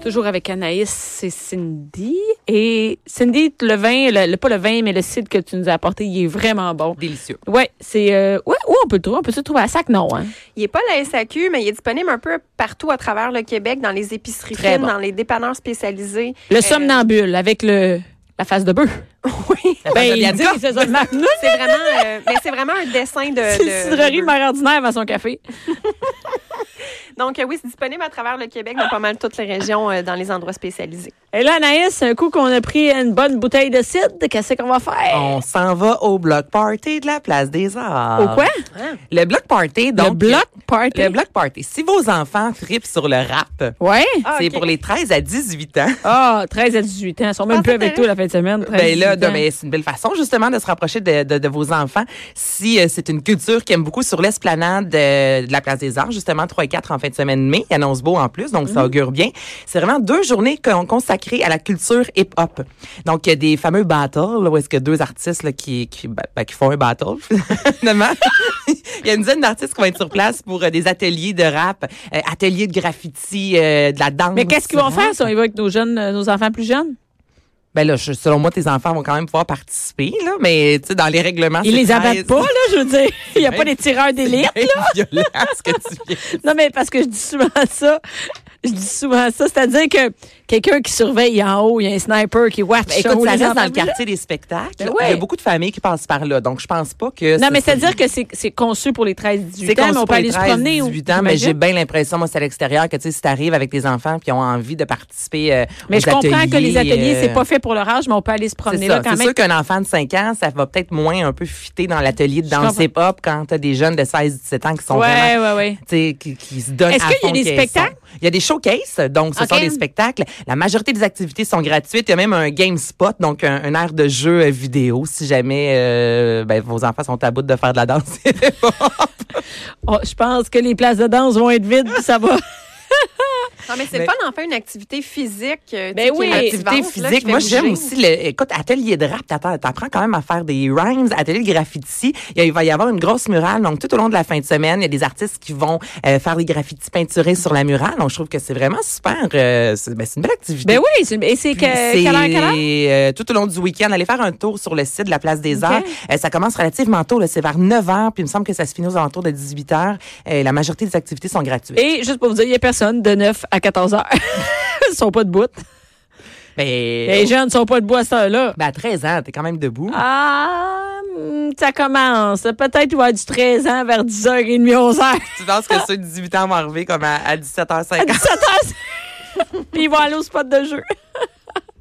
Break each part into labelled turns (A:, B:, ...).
A: Toujours avec Anaïs et Cindy. Et Cindy, le vin, le, le- pas le vin, mais le cidre que tu nous as apporté, il est vraiment bon.
B: Délicieux.
A: Ouais, c'est. euh, ouais, où on peut le trouver? On peut se le trouver à sac, non? Hein?
C: Il n'est pas à la SAQ, mais il est disponible un peu partout à travers le Québec, dans les épiceries
A: Très
C: fines,
A: bon.
C: dans les dépanneurs spécialisés.
B: Euh,
A: Le somnambule avec le, la face de bœuf.
C: Oui.
B: La
A: Ben,
B: face de
A: il dit
B: Bianca.
A: c'est ça, le Magnus.
C: C'est vraiment, euh, mais c'est vraiment un dessin de.
A: C'est
C: de-
A: une cidrerie
C: de-
A: mère ordinaire à son café.
C: Donc euh, oui, c'est disponible à travers le Québec, dans pas mal toutes les régions, euh, dans les endroits spécialisés.
A: Et là, Anaïs, un coup qu'on a pris une bonne bouteille de cidre, qu'est-ce qu'on va faire?
B: On s'en va au bloc party de la place des Arts.
A: Au quoi?
B: Le bloc party, Oh, ah. donc. euh,
A: le bloc party.
B: Le bloc party. Si vos enfants tripent sur le rap,
A: Ouais.
C: Ah,
B: c'est
C: ok.
B: pour les 13 à 18 ans.
A: Ah, 13 à 18 ans. Ils sont même
C: Ah,
A: plus
C: c'est
A: avec
C: vrai.
A: toi la fin de semaine. 13
B: Ben là,
A: 18 ans.
B: non, mais c'est une belle façon justement de se rapprocher de, de- de vos enfants. Si euh, c'est une culture qu'ils aiment beaucoup sur l'esplanade euh, de la Place des Arts, justement 3 et 4 en fin de semaine de mai, il annonce beau en plus,
A: Mhm.
B: donc ça augure bien. C'est vraiment deux journées qu'on- consacrées à la culture hip-hop. Donc il y a des fameux battles là, où est-ce que deux artistes là, qui qui, ben, ben, qui font un battle finalement. il y a une dizaine d'artistes qui vont être sur place pour euh, des ateliers de rap, euh, ateliers de graffiti, euh, de la danse.
A: Mais qu'est-ce qu'ils vont faire si on y va avec nos jeunes, euh, nos enfants plus jeunes?
B: Ben là, je- selon moi, tes enfants vont quand même pouvoir participer, là, mais tu sais, dans les règlements.
A: Ils
B: Ah, c'est
A: les abattent
B: 13.
A: pas, là, je veux dire. Il n'y a
B: Ben,
A: pas des tireurs d'élite.
B: C'est violent, ce que tu viens.
A: Non, mais parce que je dis souvent ça. Je dis souvent ça. C'est-à-dire que quelqu'un qui surveille en haut, il y a un sniper qui watch.
B: Ben, écoute,
A: Oh,
B: ça
A: les
B: reste dans le
A: enfants,
B: quartier des spectacles.
A: Ben
B: Il y
A: ouais.
B: a beaucoup de familles qui passent par là, donc je pense pas que.
A: Non,
B: ça
A: mais
B: serait-
A: c'est-à-dire que c'est c'est conçu pour les 13-18 ans,
B: qu'on
A: mais on peut aller se promener.
B: 18 ans, mais j'ai bien l'impression, moi, c'est à l'extérieur que, tu sais, si t'arrives avec tes enfants puis ils ont envie de participer euh,
A: Mais
B: aux
A: je comprends que les ateliers,
B: euh,
A: c'est pas fait pour leur âge, mais on peut aller se
B: C'est
A: promener
B: ça.
A: là quand
B: C'est
A: même.
B: sûr qu'un enfant de 5 ans, ça va peut-être moins un peu fitter dans l'atelier de
A: Je
B: danse
A: comprends.
B: hip-hop quand t'as des jeunes de 16-17 ans qui sont
A: Ouais,
B: vraiment
A: ouais, ouais.
B: tu sais, qui, qui se donnent
A: Est-ce
B: à
A: qu'il y a
B: fond
A: des
B: qu'ils
A: spectacles?
B: sont. Il y a des showcases, donc ce
A: Ok.
B: sont des spectacles. La majorité des activités sont gratuites. Il y a même un game spot, donc un, un air de jeu euh, vidéo, si jamais euh, ben, vos enfants sont à bout de faire de la danse.
A: Oh, je pense que les places de danse vont être vides, puis ça va.
C: Non, mais c'est
B: Mais-
C: le fun d'en faire une activité physique. euh, tu
A: Ben
C: sais, qui
A: oui.
C: est
B: Activité
C: motivante, là, qui
B: physique.
C: fait
B: Moi, j'aime
C: bouger.
B: aussi le, écoute, atelier de rap, t'attends- t'apprends quand même à faire des rhymes, atelier de graffiti. Il y a- Il va y avoir une grosse murale. Donc, tout au long de la fin de semaine, il y a des artistes qui vont euh, faire des graffitis peinturés sur la murale. Donc, je trouve que c'est vraiment super. euh, c'est ben, c'est une belle activité.
A: Ben oui, c'est- et c'est que-
B: Puis
A: quelle heure, quelle heure?
B: c'est, euh, tout au long du week-end. Allez faire un tour sur le site de la Place des
A: Ok.
B: Arts. Euh, ça commence relativement tôt, là, c'est vers 9 h, puis il me semble que ça se finit aux alentours de 18 h. la majorité des activités sont gratuites.
A: Et juste pour vous dire, il n'y a personne de 9 à 14 heures. Ils sont pas de bout. Les
B: Ben,
A: jeunes ne sont pas debout à cette heure-là.
B: ben, à 13 ans, t'es quand même debout.
A: Ah, hum, ça commence. Peut-être va du 13 ans vers 10h30, 11h.
B: Tu penses que ceux de 18 ans vont arriver comme à, 17h50?
A: 17 heures. Puis ils vont aller au spot de jeu.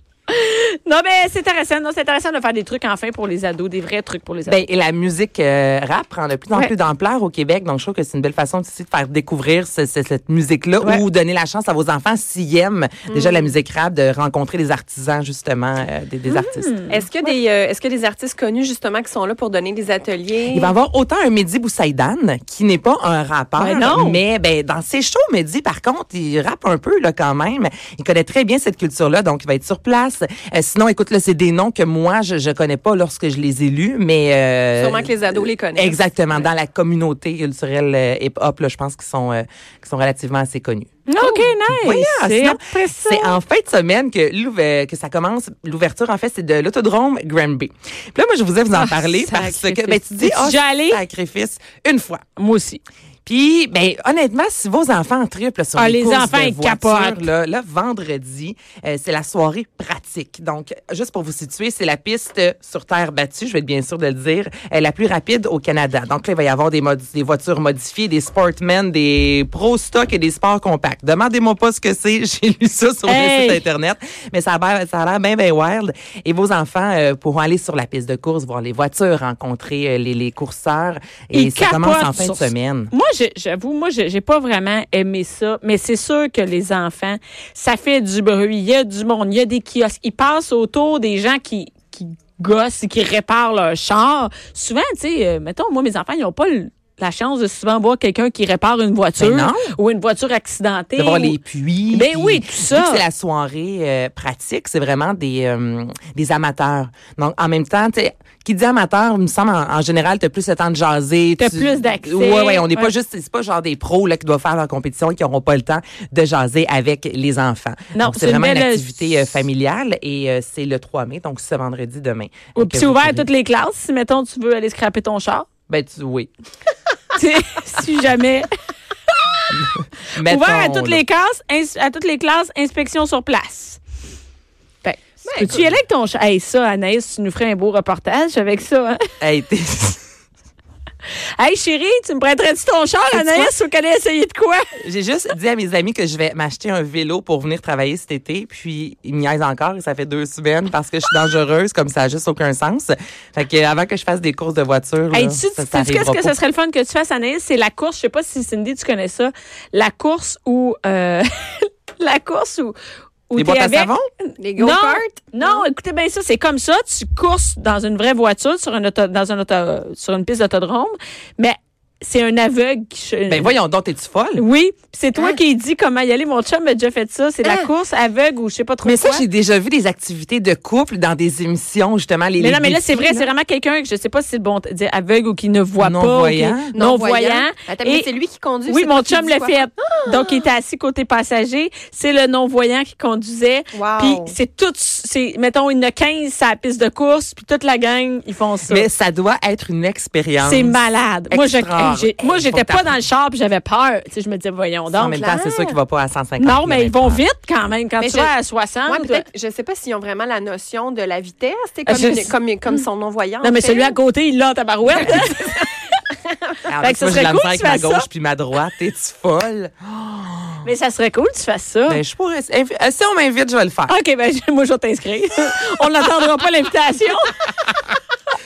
A: non, mais c'est intéressant. Non, c'est intéressant de faire des trucs enfin pour les ados, des vrais trucs pour les ados.
B: Ben, et la musique euh, rap prend de plus en
A: Ouais.
B: plus d'ampleur au Québec, donc je trouve que c'est une belle façon aussi de faire découvrir ce- ce- cette musique-là
A: Ouais. Mm.
B: ou donner la chance à vos enfants s'ils aiment déjà la musique rap de rencontrer des artisans justement, euh, des, des artistes.
C: Est-ce que des euh, est-ce que des artistes connus justement qui sont là pour donner des ateliers
B: Il va y avoir autant un Mehdi Boussaïdan, qui n'est pas un rappeur,
A: Ben non.
B: mais ben, dans ses shows, Mehdi, par contre, il rappe un peu là, quand même. Il connaît très bien cette culture-là, donc il va être sur place. Euh, sinon, écoute, là, c'est des noms que moi, je ne connais pas lorsque je les ai lus, mais... euh,
C: Sûrement que les ados les connaissent.
B: Exactement, dans la communauté culturelle euh, hip-hop, là, je pense qu'ils sont, euh, qu'ils sont relativement assez connus.
A: OK, nice.
B: Voyons,
A: Oh, c'est
B: sinon,
A: après ça.
B: C'est en fin de semaine que, l'ouv- euh, que ça commence. L'ouverture, en fait, c'est de l'autodrome Granby. Puis là, moi, je voulais vous en
A: Ah,
B: parler parce
A: sacrifice.
B: que, ben, tu dis,
A: Es-tu
B: ah,
A: déjà allée?
B: sacrifice, une fois.
A: Moi aussi.
B: Puis, ben, honnêtement, si vos enfants triplent sur
A: Ah,
B: les,
A: les
B: courses
A: enfants,
B: de
A: ils
B: voitures,
A: capotent.
B: là, là, vendredi, euh, c'est la soirée pratique. Donc, juste pour vous situer, c'est la piste euh, sur terre battue, je vais être bien sûr de le dire, euh, la plus rapide au Canada. Donc, là, il va y avoir des, modi- des voitures modifiées, des sportmen, des pro stock et des sports compacts. Demandez-moi pas ce que c'est, j'ai lu ça sur
A: Hey!
B: le site Internet, mais ça a l'air- ça a l'air bien, bien wild. Et vos enfants euh, pourront aller sur la piste de course, voir les voitures, rencontrer euh, les, les courseurs. Et
A: Ils
B: ça commence en
A: capotent
B: fin de
A: sur ça.
B: semaine.
A: Moi, j'ai- j'avoue, moi, j'ai j'ai pas vraiment aimé ça, mais c'est sûr que les enfants, ça fait du bruit, il y a du monde, il y a des kiosques, ils passent autour des gens qui, qui gossent, et qui réparent leur char. Souvent, tu sais, euh, mettons, moi, mes enfants, ils ont pas le- la chance de souvent voir quelqu'un qui répare une voiture
B: Ben non.
A: ou une voiture accidentée.
B: de voir
A: ou-
B: les puits.
A: Ben
B: puis
A: oui, tout
B: vu
A: ça.
B: que C'est la soirée euh, pratique, c'est vraiment des euh, des amateurs. Donc en même temps, tu sais, qui dit amateur, il me semble en, en général t'as plus le temps de jaser,
A: T'as
B: tu-
A: plus d'accès.
B: Ouais ouais, on n'est pas
A: Ouais.
B: juste c'est pas genre des pros là qui doivent faire leur compétition et qui n'auront pas le temps de jaser avec les enfants.
A: Non,
B: Donc,
A: c'est
B: c'est vraiment
A: une
B: une
A: belle-
B: activité euh, familiale et euh, c'est le 3 mai donc ce vendredi demain.
A: Ou
B: Donc,
A: puis c'est
B: vous
A: ouvert à
B: pourrez-
A: toutes les classes. Si, mettons, tu veux aller scraper ton char.
B: Ben tu, oui.
A: Tu sais, si jamais.
B: Mettons,
A: ouvert à toutes
B: là.
A: les classes, ins- à toutes les classes, inspection sur place. Ben, tu
C: écoute.
A: y aller avec ton char? Hey, ça, Anaïs, tu nous ferais un beau reportage avec ça. Hein?
B: Hey, t'es-
A: Hey, chérie, tu me prêterais-tu ton char, Anaïs, ou qu'elle ait essayé de quoi?
B: J'ai juste dit à mes amis que je vais m'acheter un vélo pour venir travailler cet été, puis ils me niaisent encore et ça fait deux semaines parce que je suis dangereuse, comme ça n'a juste aucun sens. Fait que avant que je fasse des courses de voiture, là,
A: Hey, tu sais,
B: ça,
A: tu-
B: ça
A: tu- qu'est-ce
B: arrivera
A: que
B: pas.
A: ce serait le fun que tu fasses, Anaïs? C'est la course, je sais pas si Cindy, tu connais ça, la course où. euh, la course où. où
B: Des
A: t'es
B: boîtes à
A: avec-
B: savon?
C: Les
A: Non,
C: go-karts?
A: non, écoutez bien ça, c'est comme ça, tu courses dans une vraie voiture sur, un auto- dans un auto- euh, sur une piste d'autodrome, mais c'est un aveugle qui...
B: Ben voyons donc, t'es-tu folle?
A: Oui, puis c'est toi
C: Hein?
A: qui dis comment y aller. Mon chum a déjà fait ça. C'est la
C: Hein?
A: course aveugle ou je sais pas trop
B: Mais ça,
A: quoi.
B: j'ai déjà vu des activités de couple dans des émissions, justement. Les,
A: mais
B: les
A: non, mais là,
B: défis,
A: c'est vrai, c'est vraiment quelqu'un que je sais pas si c'est le bon t- dire aveugle ou qui ne voit pas. ou qui-
B: Non-voyant.
A: Non-voyant.
C: Attends,
A: Et-
C: mais Ben, c'est lui qui conduit.
A: Oui,
C: c'est
A: mon
C: toi qui
A: chum
C: dis
A: l'a
C: quoi. Ah!
A: fait. Donc, il était assis côté passager. C'est le non-voyant qui conduisait.
C: Wow.
A: Puis c'est tout, c'est, mettons, il y en a 15 sur la piste de course, puis toute la gang, ils font ça.
B: Mais ça doit être une expérience.
A: C'est malade. Moi, je, hey,
B: Extraordinaire.
A: j'ai- moi,
B: Hey,
A: j'étais
B: faut que
A: pas dans le char, puis j'avais peur. Tu sais, je me disais, voyons
B: En
A: donc.
B: même temps, c'est sûr qu'il va pas à 150.
A: Non, mais ils vont
B: kilomètres.
A: vite quand même. Quand
C: Mais
A: tu
C: je-
A: vas à 60.
C: Ouais, peut-être, je sais pas s'ils ont vraiment la notion de la vitesse, c'est
A: Ah,
C: comme,
A: je-
C: une- comme, comme son non-voyant.
A: non, mais
C: fait.
A: celui à côté, il l'a en tabarouette.
B: Alors,
A: Fait que ça
B: moi, j'ai
A: serait
B: la
A: cool
B: misère
A: que
B: avec
A: tu
B: ma
A: fasses ça.
B: gauche puis ma droite. T'es-tu folle?
A: Ah. mais ça serait cool que tu fasses ça.
B: Ben, je pourrais. Eh, Si on m'invite, je vais le faire.
A: OK, ben, je- moi, je vais t'inscrire. On n'attendra pas l'invitation.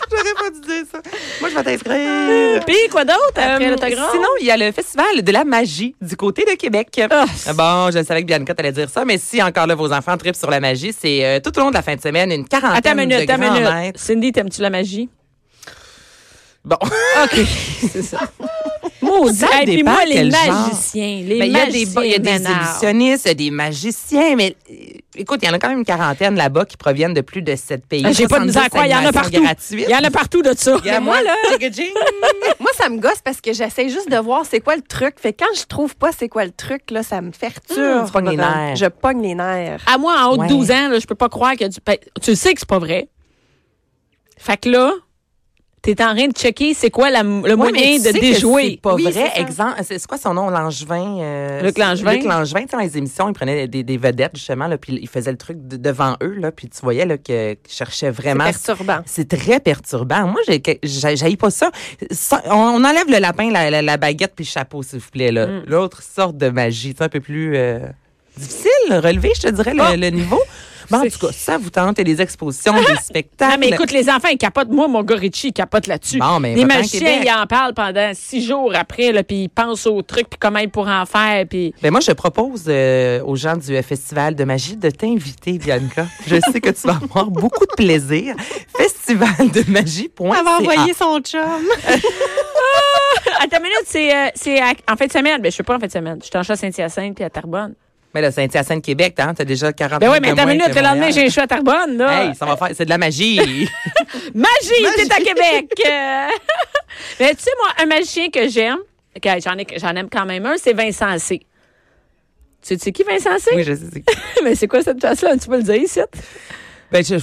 B: J'aurais pas dû dire ça. Moi, je vais t'inscrire.
A: Puis, quoi d'autre après
B: Euh,
A: l'autographe?
B: sinon, il y a le Festival de la magie du côté de Québec.
A: Ah.
B: Bon, je savais que Bianca t'allais dire ça, mais si encore là, vos enfants tripent sur la magie, c'est euh, tout au long de la fin de semaine, une quarantaine
A: Attends une minute,
B: de
A: attends
B: grands
A: une minute.
B: maîtres.
A: Cindy, t'aimes-tu la magie?
B: Bon.
A: OK, c'est ça. Maudit.
B: Ça
A: Hey, puis
B: dépend
A: moi, les
B: quel genre.
A: magiciens, les
B: Ben, il y a des,
A: magiciens.
B: il y a des
A: nanars.
B: illusionnistes, il y a des magiciens, mais euh, écoute, il y en a quand même une quarantaine là-bas qui proviennent de plus de sept pays.
A: Ah, J'ai pas de misère à
B: 70
A: croire, il y en a
B: animations
A: partout.
B: gratuites.
A: Il y en a partout de ça.
B: Regarde, moi, là. jing-a-jing.
C: Moi, ça me gosse parce que j'essaie juste de voir c'est quoi le truc. Fait que quand je trouve pas c'est quoi le truc, là, ça me
B: Hum,
C: ferture.
B: tu pognes les nerfs.
C: Je pogne les nerfs.
A: À moi, en haut de
B: Ouais.
A: 12 ans, là, je peux pas croire que tu. ben, Tu le sais que c'est pas vrai. Fait que là, t'es en train de checker c'est quoi la- le
B: Oui,
A: moyen
B: mais tu
A: de
B: sais que C'est
A: déjouer.
B: pas
C: Oui,
B: vrai.
C: c'est ça.
B: Exemple, c'est c'est quoi son nom, Langevin? euh,
A: Luc Langevin.
B: Luc Langevin, tu sais, dans les émissions, il prenait des, des vedettes, justement, là, puis il faisait le truc de- devant eux, là, puis tu voyais là, que- qu'il cherchait
C: C'est
B: vraiment.
C: perturbant.
B: Ah, C'est très perturbant. Moi, j'ai- que- j'ai j'haïs pas ça. Ça- On, on enlève le lapin, la, la- la baguette puis le chapeau, s'il vous plaît. là.
A: Mm.
B: L'autre sorte de magie, c'est un peu plus euh, difficile, relevé, je te dirais, le, le niveau. Bon, en
A: Ah! C'est- Ah!
B: tout cas, ça vous tente, et les expositions, des spectacles.
A: Non, mais écoute, les enfants, ils capotent. Moi, mon gars Richie, il capote là-dessus.
B: Bon, mais
A: les
B: va-t'en au
A: magiciens,
B: Québec.
A: ils en parlent pendant six jours après, là, puis ils pensent au truc, puis comment ils pourraient en faire, puis...
B: Ben moi, je propose euh, aux gens du euh, Festival de magie de t'inviter, Bianca. Je sais que tu vas avoir beaucoup de plaisir. Festival de magie.
C: Elle va
B: ah.
C: envoyer son chum.
A: Attends une minute, c'est euh, c'est à- en fin de semaine. Ben, je sais pas en fin de semaine. Je suis en chat Saint-Hyacinthe puis à Tarbonne.
B: Mais là, Saint-Hyacinthe, Québec, hein, t'as déjà 40
A: Ben oui,
B: minutes
A: mais
B: de
A: attends une
B: moins
A: minute,
B: que
A: le lendemain,
B: Montréal.
A: j'ai échoué à Tarbonne, là.
B: Hey, ça va faire, c'est de la magie.
A: Magie, t'es à Québec! Euh, Mais tu sais, moi, un magicien que j'aime, que j'en ai- j'en aime quand même un, c'est Vincent C. Tu sais, tu sais qui Vincent C?
B: oui, je sais.
A: Mais c'est quoi cette place-là? Tu peux le dire ici?
B: Ben, je, je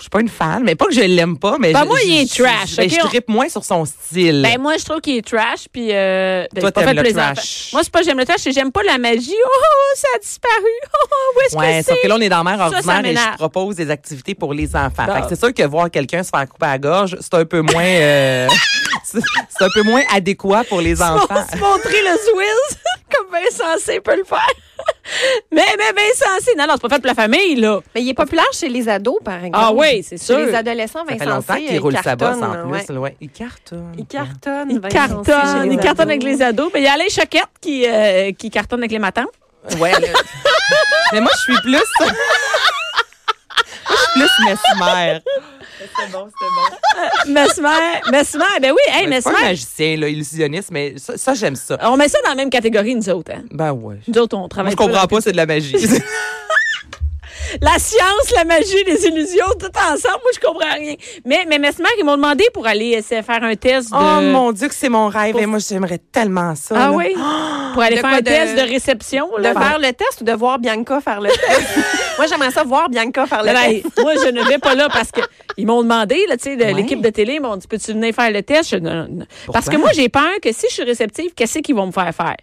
B: suis pas une fan, mais pas que je l'aime pas, mais.
A: Ben,
B: je-
A: moi, il est
B: je-
A: trash,
B: ben,
A: ok, on-
B: je trippe moins sur son style.
A: Ben moi, je trouve qu'il est trash, puis euh, ben,
B: Toi,
A: c'est pas
B: t'aimes
A: fait
B: le
A: pour les
B: trash.
A: enfants. Moi, c'est pas j'aime le trash, c'est j'aime pas la magie. Oh, oh, ça a disparu. Oh, oh, où est-ce
B: Ouais,
A: que c'est?
B: sauf que là, on est dans mer
A: Ça, ça
B: ordinaire et
A: m'énerve.
B: je propose des activités pour les enfants.
A: Bon.
B: Fait que c'est sûr que voir quelqu'un se faire couper la gorge, c'est un peu moins, euh, c'est c'est un peu moins adéquat pour les
A: On
B: enfants.
A: va se montrer le Swizz comme Vincent C peut le faire. Mais, mais, mais, sensé. Non, non, c'est pas fait pour la famille, là.
C: Mais il est populaire chez les ados, par exemple.
A: Ah oui, c'est
C: Chez
A: sûr.
C: les adolescents,
B: Ça fait
C: Vincent
B: longtemps
C: C,
B: qu'il
C: euh,
B: roule sa bosse
C: cartonne,
B: en
C: ouais.
B: plus. Ouais. Il cartonne.
C: Il cartonne.
A: Il
C: Vincent C, chez
A: cartonne,
C: les
A: il cartonne avec
C: ados.
A: les ados. Mais il y a les choquettes qui, euh, qui cartonnent avec les matins.
B: Ouais. là. mais moi, je suis plus. moi, je suis plus mesmer. C'était bon, c'était bon.
A: Mesmer, Mesmer, ben oui, hey,
B: Mais c'est pas un
A: Mesmer.
B: magicien, là, illusionniste, mais ça, ça, j'aime ça.
A: On met ça dans la même catégorie, nous autres. Hein.
B: Ben ouais.
A: Nous autres, on
B: Moi,
A: travaille
B: je comprends
A: pas.
B: pas, c'est de la magie.
A: La science, la magie, les illusions, tout ensemble. Moi, je comprends rien. Mais, mais Mesmer, ils m'ont demandé pour aller euh, faire un test de...
B: Oh mon Dieu, que c'est mon rêve.
A: Pour-
B: Et moi, j'aimerais tellement ça.
A: Ah
B: là.
A: oui? Pour aller
C: De
A: faire
C: quoi,
A: un
C: de-
A: test de réception.
C: De
A: là.
C: faire le test ou de voir Bianca faire le test? Moi, j'aimerais ça voir Bianca faire le
A: Non, non,
C: test.
A: hey, moi, je ne vais pas là parce que ils m'ont demandé, là, tu sais, de-
B: Ouais.
A: l'équipe de télé, ils m'ont dit, peux-tu venir faire le test? Je, non, non, non. Parce que moi, j'ai peur que si je suis réceptive, qu'est-ce qu'ils vont me faire faire?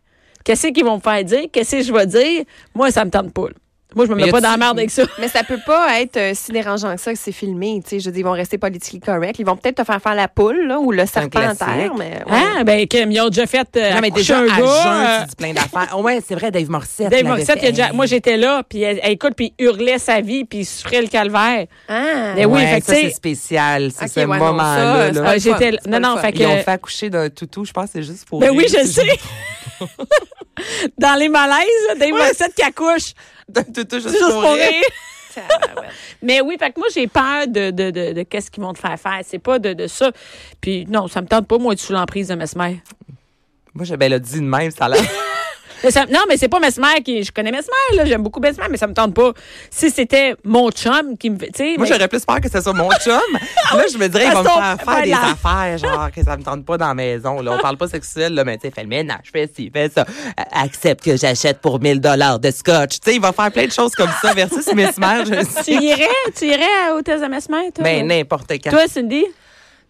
A: Qu'est-ce qu'ils vont me faire dire? Qu'est-ce que je vais dire? Moi, ça me tente pas. là. Moi, je me
B: Mais
A: mets
B: y
A: pas
B: a-tu-
A: dans la merde avec ça.
C: Mais ça peut pas être euh, si dérangeant que ça que c'est filmé. Tu sais, je veux dire, ils vont rester politiquement corrects. Ils vont peut-être te faire faire la poule là, ou le serpent en
B: classique.
C: terre. Mais, ouais.
A: Hein? Ben, Kim, ils ont déjà fait. euh,
B: Non, mais
A: accoucher
B: déjà, à
A: un gars,
B: jeun,
A: euh,
B: tu dis plein d'affaires. Oh, ouais, c'est vrai, Dave Morissette.
A: Dave
B: l'avait
A: Morissette, il
B: fait.
A: a déjà- moi j'étais là, puis elle, elle écoute, puis il hurlait sa vie, puis il souffrait le calvaire.
C: Ah.
A: Mais oui,
B: Ouais,
A: fait que,
B: ça,
A: tu sais-
B: c'est spécial. C'est
C: Ok,
B: ce
C: ouais, non,
B: moment-là.
C: ça, c'est
B: là.
C: pas
A: Ah,
C: le
A: j'étais là-
C: fun, c'est pas
A: Non, non,
C: le
A: fait
B: Ils
A: que.
B: ont fait accoucher d'un toutou. Je pense que c'est juste pour.
A: Ben
B: rire.
A: oui, je le
B: C'est
A: sais.
B: juste
A: Dans les malaises, là, Dave Morissette qui accouche.
B: D'un toutou juste,
A: C'est juste pour rire. Ah,
C: Tabarouette.
A: Mais oui, fait que moi, j'ai peur de, de, de, de qu'est-ce qu'ils vont te faire faire. C'est pas de, de ça. Puis non, ça me tente pas, moi, être sous l'emprise de Mesmer.
B: Moi, j'avais le dit de même, ça a l'air.
A: Mais ça- non, mais c'est pas Mesmer qui. Je connais Mesmer, là. J'aime beaucoup Mesmer, mais ça me tente pas. Si c'était mon chum qui me fait. Tu sais,
B: Moi,
A: mais-
B: j'aurais plus peur que ce soit mon chum. là, je me dirais, il va me
A: Parce
B: faire
A: qu'on-
B: faire des
A: voilà.
B: affaires, genre, que ça me tente pas dans la maison. Là, on parle pas sexuel, là, mais tu sais, fais le ménage, fais ci, fais ça. A- Accepte que j'achète pour 1000 dollars de scotch. Tu sais, il va faire plein de choses comme ça versus Mesmer, je
A: tu
B: sais.
A: irais, tu irais au test de Mesmer, toi?
B: Mais Ben, n'importe quand.
A: Toi, Cindy?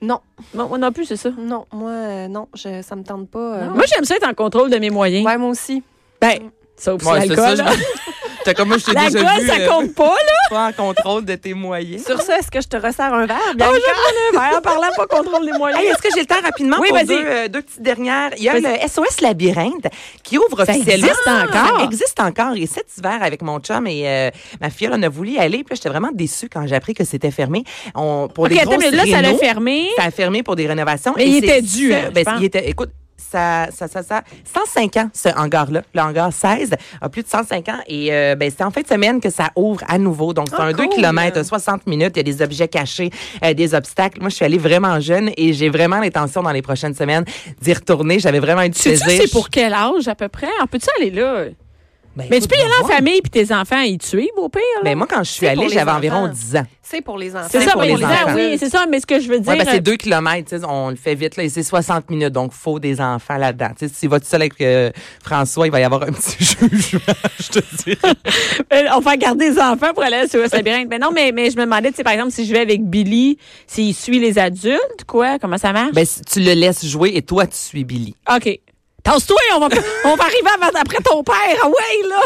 C: Non,
A: Moi, moi non plus, c'est ça.
C: non, moi, euh, non, je, ça me tente pas. euh.
A: Moi, j'aime ça être en contrôle de mes moyens.
C: Ouais, moi aussi.
A: Ben, sauf si
B: Ouais, c'est ça,
A: l'alcool. là.
B: je- T'as comme moi, je t'ai déjà
A: L'alcool,
B: vu.
A: ça
B: euh,
A: compte pas, là.
B: Pas en contrôle de tes moyens.
C: Sur ça, est-ce que je te resserre un verre?
A: Ah,
C: Bianca?
A: je vais prendre un verre en parlant pas contrôle des moyens.
B: Hey, Est-ce que j'ai le temps rapidement
A: Oui,
B: pour
A: vas-y.
B: deux, euh, deux petites dernières? Il y a
A: Vas-y.
B: le SOS Labyrinthe qui ouvre
A: Ça
B: officiellement.
A: existe encore?
B: Ça existe encore. Et cet hiver, avec mon chum et euh, ma fille, on a voulu y aller. Puis là, j'étais vraiment déçue quand j'ai appris que c'était fermé. On, pour
A: OK,
B: des
A: attends,
B: grosses
A: mais là, ça l'a
B: rénos,
A: fermé.
B: Ça a fermé pour des rénovations.
A: Mais
B: Et
A: il
B: c'est
A: était dû,
B: ça-
A: hein,
B: ben,
A: je pense.
B: il était, écoute, ça, ça, ça, ça, 105 ans, ce hangar-là, le hangar 16, a plus de 105 ans. Et euh, ben, c'est en fin de semaine que ça ouvre à nouveau. Donc, c'est
C: Ah,
B: un 2
C: cool.
B: km, 60 minutes. Il y a des objets cachés, euh, des obstacles. Moi, je suis allée vraiment jeune et j'ai vraiment l'intention dans les prochaines semaines d'y retourner. J'avais vraiment eu du
A: Tu sais,
B: plaisir.
A: c'est pour quel âge à peu près? On peut-tu aller là?
B: Ben,
A: Mais tu
B: écoute,
A: peux y aller en
B: moi,
A: famille puis tes enfants y tuer, au pire. là.
B: Ben, moi, quand je suis
C: C'est pour
B: allée,
C: les
B: j'avais
C: enfants.
B: environ 10 ans.
C: C'est pour les enfants.
A: c'est ça,
B: pour
A: mais
B: les
A: les
B: enfants.
A: enfants, oui, c'est ça. Mais ce que je veux dire.
B: Ouais, ben,
A: euh,
B: c'est deux kilomètres, tu sais, on le fait vite, là, et c'est 60 minutes, donc faut des enfants là-dedans. Tu sais, si tu vas tout seul avec euh, François, il va y avoir un petit jugement, je te dis.
A: euh, on va garder les enfants pour aller sur le labyrinthe. Mais non, mais, mais je me demandais, tu sais, par exemple, si je vais avec Billy, s'il suit les adultes, quoi, comment ça marche?
B: Ben, si tu le laisses jouer et toi, tu suis Billy.
A: OK. Tasse-toi, on va, on va arriver avant, après ton père. Ah ouais, là!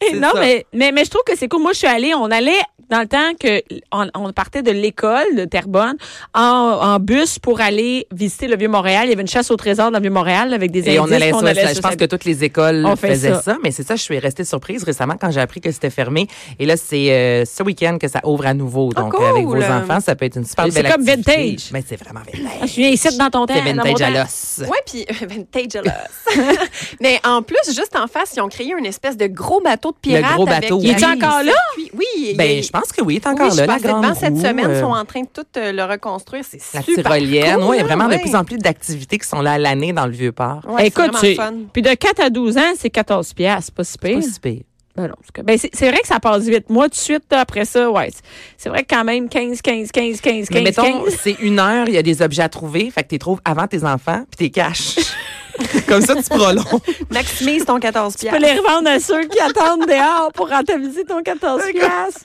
A: Et
B: C'est
A: non,
B: ça.
A: mais, mais, mais je trouve que c'est cool. Moi, je suis allée, on allait dans le temps que on, on partait de l'école de Terrebonne en, en bus pour aller visiter le Vieux-Montréal. Il y avait une chasse au trésor dans le Vieux-Montréal avec des
B: Et on
A: indices
B: allait
A: qu'on
B: sur
A: allait
B: Je
A: sur
B: pense
A: cette-
B: que toutes les écoles
A: On fait
B: faisaient
A: ça.
B: ça. mais c'est ça, je suis restée surprise récemment quand j'ai appris que c'était fermé. Et là, c'est euh, ce week-end que ça ouvre à nouveau.
C: Ah,
B: Donc,
C: cool!
B: avec vos enfants, ça peut être une super
A: C'est
B: belle
A: comme
B: activité.
A: vintage.
B: Mais c'est vraiment vintage.
A: Ah, je viens ici dans ton temps.
B: C'est
A: dans mon
B: vintage à
A: temps.
B: l'os.
C: Ouais, puis euh, vintage jealous. Mais en plus, juste en face, ils ont créé une espèce de gros bateau de pirates.
B: gros
C: avec
B: bateau,
C: des
B: Il
A: est-tu encore là?
C: circuits. Oui, il-
B: Ben, je pense que oui, t'es encore
C: oui,
B: là, la
C: je passais
B: grande
C: devant cette
B: roue,
C: semaine,
B: euh,
C: ils sont en train de tout euh, le reconstruire. C'est
B: La
C: super
B: tyrolienne,
C: cool,
B: ouais, il y a
C: là,
B: vraiment
C: ouais.
B: de plus en plus d'activités qui sont là à l'année dans le vieux port.
C: Ouais, c'est
A: Écoute,
C: vraiment
A: c'est-
C: fun.
A: puis de 4 à 12 ans, c'est 14 piastres, pas si pire.
B: Pas si pire.
A: Ben non, c'est que- ben, c'est c'est vrai que ça passe vite. Moi, tout de suite, là, après ça, ouais. c'est- C'est vrai que quand même, 15, 15, 15, 15, 15,
B: Mais mettons,
A: 15.
B: c'est une heure, il y a des objets à trouver, fait que t'es trouves avant tes enfants, puis t'es caches. Comme ça, tu prolonges.
C: Maximise ton 14
A: Tu peux
C: piastres.
A: les revendre à ceux qui attendent dehors pour rentabiliser ton 14 piastres.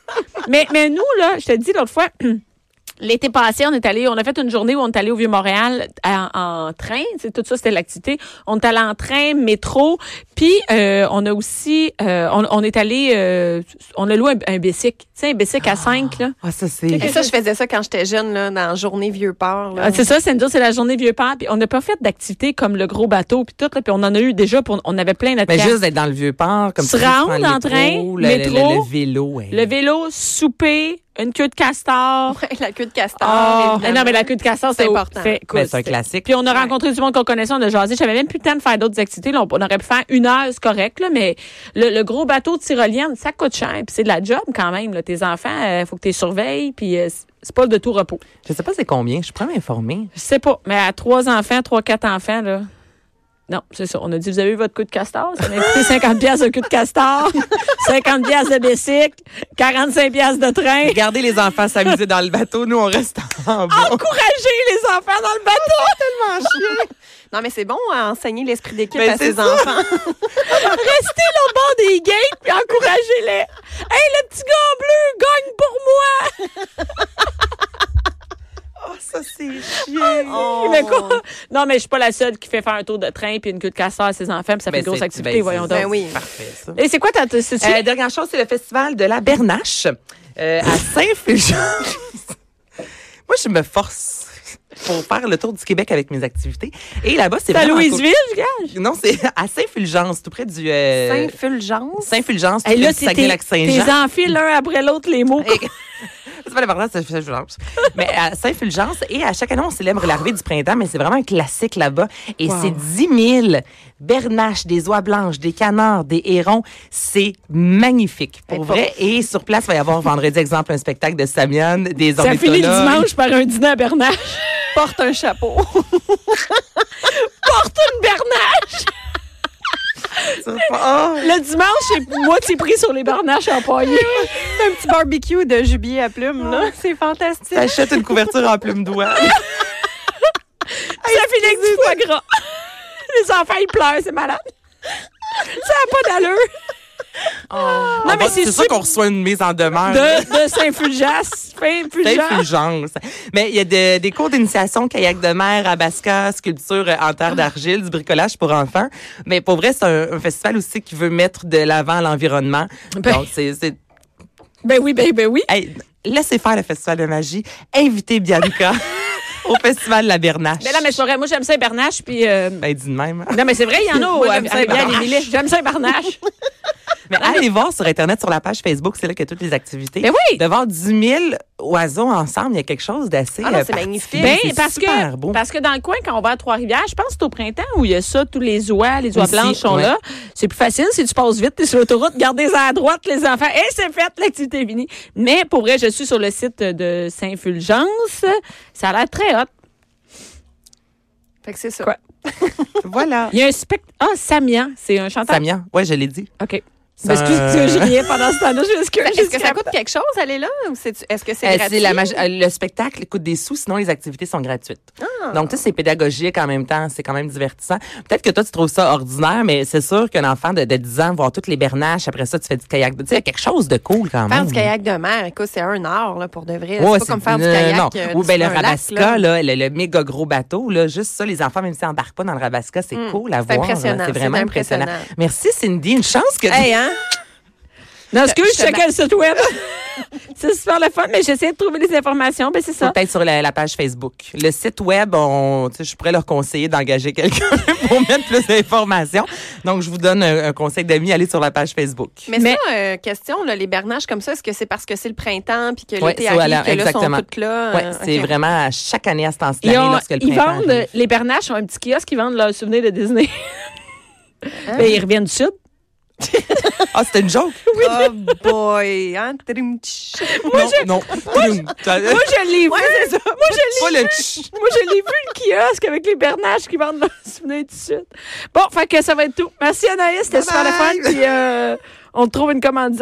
A: mais, mais nous, là, je te dis l'autre fois, l'été passé, on est allé, on a fait une journée où on est allé au Vieux-Montréal en, en train. C'est tout ça, c'était l'activité. On est allé en train, métro, Puis euh, on a aussi, euh, on, on est allé, euh, on a loué un, un bicycle, tu sais, un bicycle à 5, là.
B: Ah, ça, c'est.
C: Et ça, je faisais ça quand j'étais jeune, là, dans Journée Vieux Port. là.
A: Ah, c'est ça, Sandra, c'est la journée vieux père. Puis on n'a pas fait d'activités comme le gros bateau puis tout. Là, puis on en a eu déjà. Puis on- on avait plein
B: Mais
A: d'activités.
B: juste d'être dans le vieux port, comme
A: Se
B: tu dis,
A: rendre
B: prendre
A: en train,
B: le, le- le-
A: métro,
B: le vélo. hein.
A: Le vélo, souper, une queue de castor.
C: Ouais, la queue de castor.
A: Ah,
C: évidemment.
A: non, mais la queue de castor, c'est
C: C'est
A: au-
C: important.
A: écoute,
B: Mais Ben, c'est un classique.
A: Puis on a rencontré du monde qu'on connaissait, on a jasé. J'avais même plus le temps de faire d'autres activités. là. on, on aurait pu faire une heure, c'est correct, là, mais le, le gros bateau tyrolienne, ça coûte cher. Puis c'est de la job quand même. Là. Tes enfants, il faut que tu les surveilles. Puis euh, c'est- c'est pas de tout repos.
B: Je sais pas c'est combien, je pourrais m'informer.
A: Je sais pas, mais à trois enfants, trois, quatre enfants, là. Non, c'est ça. On a dit, vous avez eu votre coup de castor? Ça m'a coûté 50 piastres de coup de castor, 50 piastres de bicycle, 45 piastres de train.
B: Regardez les enfants s'amuser dans le bateau, nous on reste en bas.
A: Encouragez les enfants dans le bateau!
C: Non, mais c'est bon à enseigner l'esprit d'équipe
A: Ben,
B: Mais
C: à
B: c'est
C: ses
B: ça.
C: enfants.
A: Restez là au bord des gates puis encouragez-les. Hey, le petit gars en bleu, gagne pour moi!
B: ça c'est chiant.
A: Mais quoi? Non, mais je suis pas la seule qui fait faire un tour de train puis une queue de castor à ses enfants
B: Ben,
A: puis ça fait une grosse activité, voyons donc.
C: Ben oui.
B: Parfait, ça.
A: Et c'est quoi ta. c'est- tu-
B: Euh, dernière chose, c'est le festival de la Bernache euh, à Saint-Fulgence. Moi, je me force pour faire le tour du Québec avec mes activités. Et là-bas, c'est
A: C'est à
B: vraiment
A: Louisville, gage?
B: cool. Non, c'est à Saint-Fulgence, tout près du euh,
C: Saint-Fulgence.
B: Saint-Fulgence, tout
A: Hey,
B: près
A: là,
B: du
A: c'est tes, tes
B: Saguenay-Lac-Saint-Jean.
A: enfiles l'un après l'autre les mots.
B: Et- C'est pas la Bernache, c'est Saint-Fulgence. mais à Saint-Fulgence, et à chaque année, on célèbre l'arrivée du printemps, mais c'est vraiment un classique là-bas. Et c'est 10 000 bernaches, des oies blanches, des canards, des hérons. C'est magnifique, pour
C: Et pour-
B: vrai. Et sur place, il va y avoir vendredi, exemple, un spectacle de Samian, des
A: Ça finit le
B: ornithologues.
A: dimanche par un dîner à Bernache.
C: Porte un chapeau.
A: Porte une Bernache!
B: Oh!
A: Le dimanche, c'est moitié pris sur les Bernaches empaillées.
C: C'est un petit barbecue de jubilé à plumes, là. C'est fantastique.
B: T'achètes une couverture en plume d'oie.
A: ça finit avec du foie gras. Les enfants, ils pleurent, c'est malade. Ça n'a pas d'allure.
B: Non,
A: mais
B: mais
A: c'est
B: c'est sûr qu'on reçoit une mise en demeure.
A: De, de Saint-Fulgence. Saint-Fulgence.
B: Saint-Fulgence. Mais il y a de- des cours d'initiation, kayak de mer, abasca, sculpture euh, en
A: Ah.
B: terre d'argile, du bricolage pour enfants. Mais pour vrai, c'est un, un festival aussi qui veut mettre de l'avant l'environnement.
A: Ben-
B: Donc, c'est... c'est-
A: Ben oui, ben, ben oui.
B: hey, laissez faire le festival de magie. Invitez Bianca au festival de la Bernache.
A: Mais là, Ben mais c'est pas vrai. Moi, j'aime Saint-Bernache, puis... euh,
B: Ben, dis de même.
A: Non, mais c'est vrai, il y en a au-
C: Moi,
A: à
C: j'aime
A: bien les
C: Saint-Barnache.
A: milliers. J'aime Saint-Bernache.
B: Mais allez voir sur Internet, sur la page Facebook, c'est là qu'il y a toutes les activités.
A: Ben oui!
B: De voir 10 000 oiseaux ensemble, il y a quelque chose d'assez...
C: Ah non,
B: euh,
C: c'est magnifique.
A: Ben,
B: C'est
A: parce
B: super
A: que
B: beau.
A: parce que dans le coin quand on va à Trois-Rivières, je pense que c'est au printemps où il y a ça tous les oies, les oies
B: Aussi,
A: blanches sont
B: ouais.
A: là. C'est plus facile si tu passes vite, t'es sur l'autoroute, gardez à droite les enfants et c'est fait, l'activité est finie. Mais pour vrai, je suis sur le site de Saint-Fulgence, ça a l'air très hot.
C: Fait que c'est ça.
A: Quoi?
B: Voilà.
A: Il y a un spectre Ah, Samian, c'est un chanteur.
B: Samia, ouais, je l'ai dit.
A: OK.
B: C'est
A: Ben, Excuse,
B: un-
A: excuse, je riais pendant ce temps-là, je m'excuse.
C: Est-ce que ça
A: Jusqu'à-
C: coûte quelque chose, aller là? Ou c'est- est-ce que c'est
B: Euh,
C: gratuit?
B: la maj- euh, le spectacle coûte des sous, sinon les activités sont gratuites.
C: Ah.
B: Donc, tu sais, c'est pédagogique en même temps, c'est quand même divertissant. Peut-être que toi, tu trouves ça ordinaire, mais c'est sûr qu'un enfant de, de 10 ans, voir toutes les bernaches, après ça, tu fais du kayak. Tu sais, il y a quelque chose de cool quand
C: Faire
B: même.
C: du kayak de mer, écoute, c'est un art là, pour de vrai.
B: Ouais,
C: c'est pas comme faire du
B: euh,
C: kayak.
B: non.
C: euh,
B: Ou
C: sur
B: bien le
C: un lac,
B: Rabaska, là, le, le méga gros bateau, là, juste ça, les enfants, même s'ils n'embarquent pas dans le Rabaska, c'est cool à
C: Hmm. c'est
B: voir.
C: impressionnant,
B: C'est
C: c'est
B: vraiment impressionnant.
C: impressionnant.
B: Merci, Cindy. Une chance que
C: Hey, hein?
A: Non, excuse, je
C: Je- je-
A: checkais le site web. c'est super le fun, mais j'essayais de trouver les informations, ben c'est ça.
B: peut-être sur la, la page Facebook. Le site web, on, tu sais, je pourrais leur conseiller d'engager quelqu'un pour mettre plus d'informations. Donc, je vous donne un, un conseil d'amis, allez sur la page Facebook.
C: Mais,
A: Mais-
C: ça, euh, question, là, les bernages comme ça, est-ce que c'est parce que c'est le printemps puis que
B: Ouais,
C: l'été
B: ça,
C: arrive,
B: voilà,
C: que là,
B: exactement.
C: sont toutes là?
B: Ouais,
C: euh,
B: c'est
C: ok.
B: vraiment à chaque année à ce temps-ci de
A: Ah, Ils,
B: l'année
A: ont-
B: lorsque le
A: ils
B: printemps
A: vendent,
B: arrive.
A: les Bernaches ont un petit kiosque qui vendent leurs souvenirs de Disney. Ben, ils reviennent du sud.
B: Ah, c'était une joke?
C: Oh boy! Hein? Trim, tch.
B: non, non. T'as-
A: Moi, je l'ai vu. Moi, je
B: Pas
A: l'ai
B: le
A: vu.
B: tch.
A: Moi, je l'ai vu, le kiosque avec les Bernaches qui vendent leurs souvenirs du sud. Bon, fait que ça va être tout. Merci, Anaïs. C'était
B: Bye
A: super le fun.
B: bye.
A: Puis, euh, on te trouve une commandite.